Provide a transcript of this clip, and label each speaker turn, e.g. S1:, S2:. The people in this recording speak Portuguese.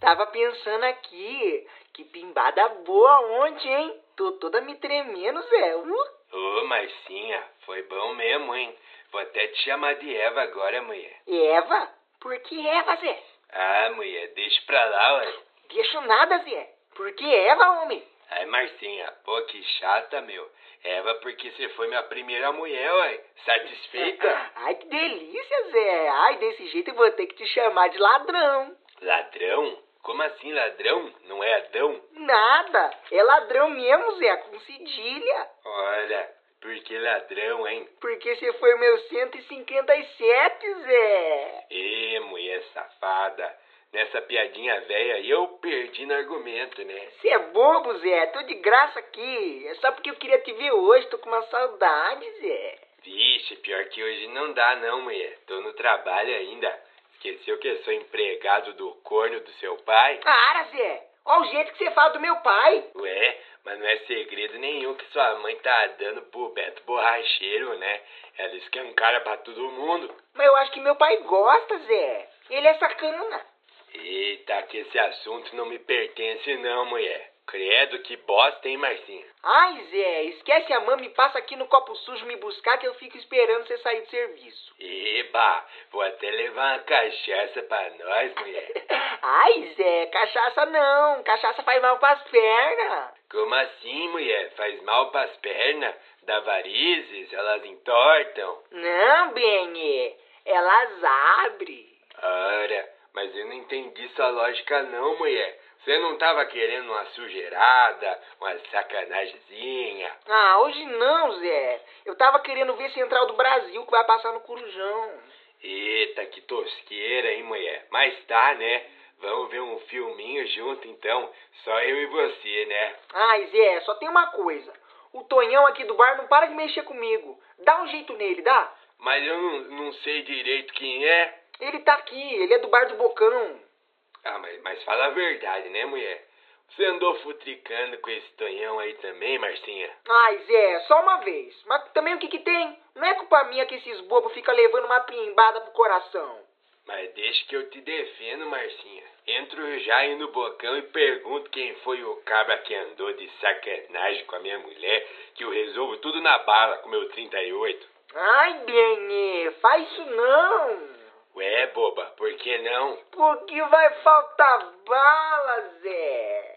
S1: tava pensando aqui. Que pimbada boa ontem, hein? Tô toda me tremendo, Zé. Uh!
S2: Ô, Marcinha, foi bom mesmo, hein? Vou até te chamar de Eva agora, mulher.
S1: Eva? Por que Eva, Zé?
S2: Ah, mulher, deixa pra lá, ué.
S1: Deixo nada, Zé. Por que Eva, homem?
S2: Ai, Marcinha, pô, que chata, meu. Eva, porque você foi minha primeira mulher, ué. Satisfeita?
S1: Ah, Ai, que delícia, Zé. Ai, desse jeito eu vou ter que te chamar de ladrão.
S2: Ladrão? Como assim ladrão? Não é Adão?
S1: Nada. É ladrão mesmo, Zé, com cedilha.
S2: Olha, por que ladrão, hein?
S1: Porque você foi o meu 157, Zé.
S2: Ê, mulher safada. Nessa piadinha velha aí eu perdi no argumento, né?
S1: Você é bobo, Zé. Tô de graça aqui. É só porque eu queria te ver hoje. Tô com uma saudade, Zé.
S2: Vixe, pior que hoje não dá não, mulher. Tô no trabalho ainda. Esqueceu que eu sou empregado do corno do seu pai?
S1: Para, Zé. Olha o jeito que você fala do meu pai.
S2: Ué, mas não é segredo nenhum que sua mãe tá dando pro Beto Borracheiro, né? Ela escancara pra todo mundo.
S1: Mas eu acho que meu pai gosta, Zé. Ele é sacana.
S2: Eita, que esse assunto não me pertence não, mulher. Credo, que bosta, hein, Marcinha?
S1: Ai, Zé, esquece a mama e passa aqui no copo sujo me buscar que eu fico esperando você sair do serviço.
S2: Eba, vou até levar uma cachaça pra nós, mulher.
S1: Ai, Zé, cachaça não. Cachaça faz mal pras pernas.
S2: Como assim, mulher? Faz mal pras pernas? Dá varizes? Elas entortam?
S1: Não, Benê. Elas abrem.
S2: Ora, mas eu não entendi sua lógica não, mulher. Você não tava querendo uma sujeirada, uma sacanagemzinha?
S1: Ah, hoje não, Zé. Eu tava querendo ver Central do Brasil que vai passar no Corujão.
S2: Eita, que tosqueira, hein, mulher? Mas tá, né? Vamos ver um filminho junto, então. Só eu e você, né?
S1: Ai, Zé, só tem uma coisa. O Tonhão aqui do bar não para de mexer comigo. Dá um jeito nele, dá?
S2: Mas eu não, não sei direito quem é.
S1: Ele tá aqui, ele é do bar do Bocão.
S2: Ah, mas, mas fala a verdade, né, mulher? Você andou futricando com esse Tonhão aí também, Marcinha?
S1: Ai, Zé, só uma vez. Mas também o que que tem? Não é culpa minha que esses bobos ficam levando uma pimbada pro coração.
S2: Mas deixa que eu te defendo, Marcinha. Entro já aí no bocão e pergunto quem foi o cabra que andou de sacanagem com a minha mulher, que eu resolvo tudo na bala com meu 38.
S1: Ai, Benê, faz isso não.
S2: Ué, boba, por que não?
S1: Porque vai faltar bala, Zé.